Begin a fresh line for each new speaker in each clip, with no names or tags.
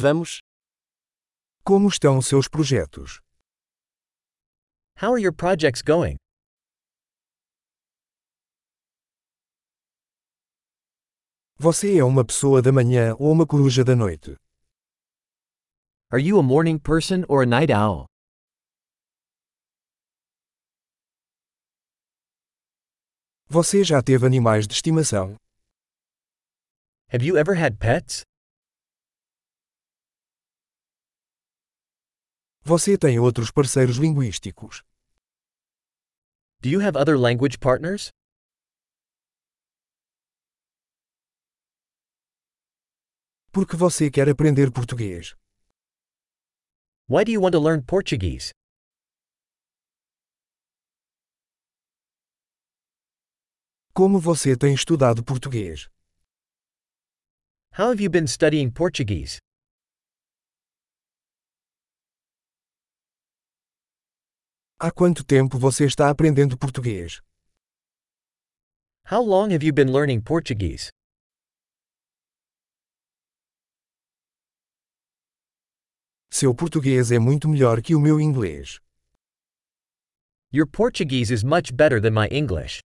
Vamos.
Como estão seus projetos?
How are your projects going?
Você é uma pessoa da manhã ou uma coruja da noite?
Are you a morning person or a night owl?
Você já teve animais de estimação?
Have you ever had pets?
Você tem outros parceiros linguísticos?
Do you have other language partners?
Por que você quer aprender português?
Why do you want to learn Portuguese?
Como você tem estudado português?
How have you been studying Portuguese?
Há quanto tempo você está aprendendo português?
How long have you been learning Portuguese?
Seu português é muito melhor que o meu inglês.
Your Portuguese is much better than my English.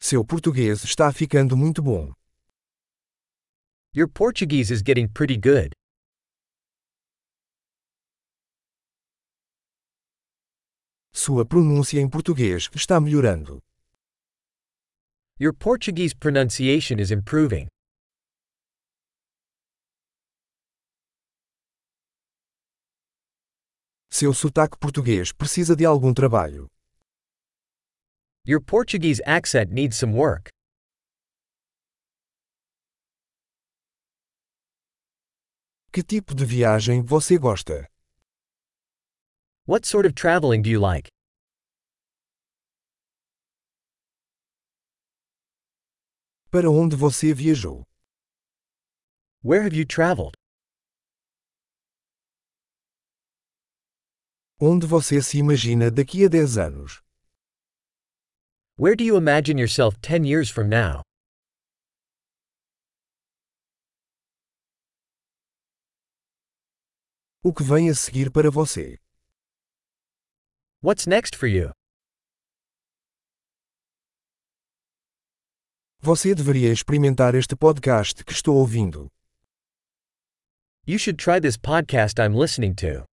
Seu português está ficando muito bom.
Your Portuguese is getting pretty good.
Sua pronúncia em português está melhorando.
Your Portuguese pronunciation is improving.
Seu sotaque português precisa de algum trabalho.
Your Portuguese accent needs some work.
Que tipo de viagem você gosta?
What sort of traveling do you like?
Para onde você viajou?
Where have you traveled?
Onde você se imagina daqui a 10 anos?
Where do you imagine yourself 10 years from now?
O que vem a seguir para você?
What's next for you?
Você deveria experimentar este podcast que estou ouvindo.
You should try this podcast I'm listening to.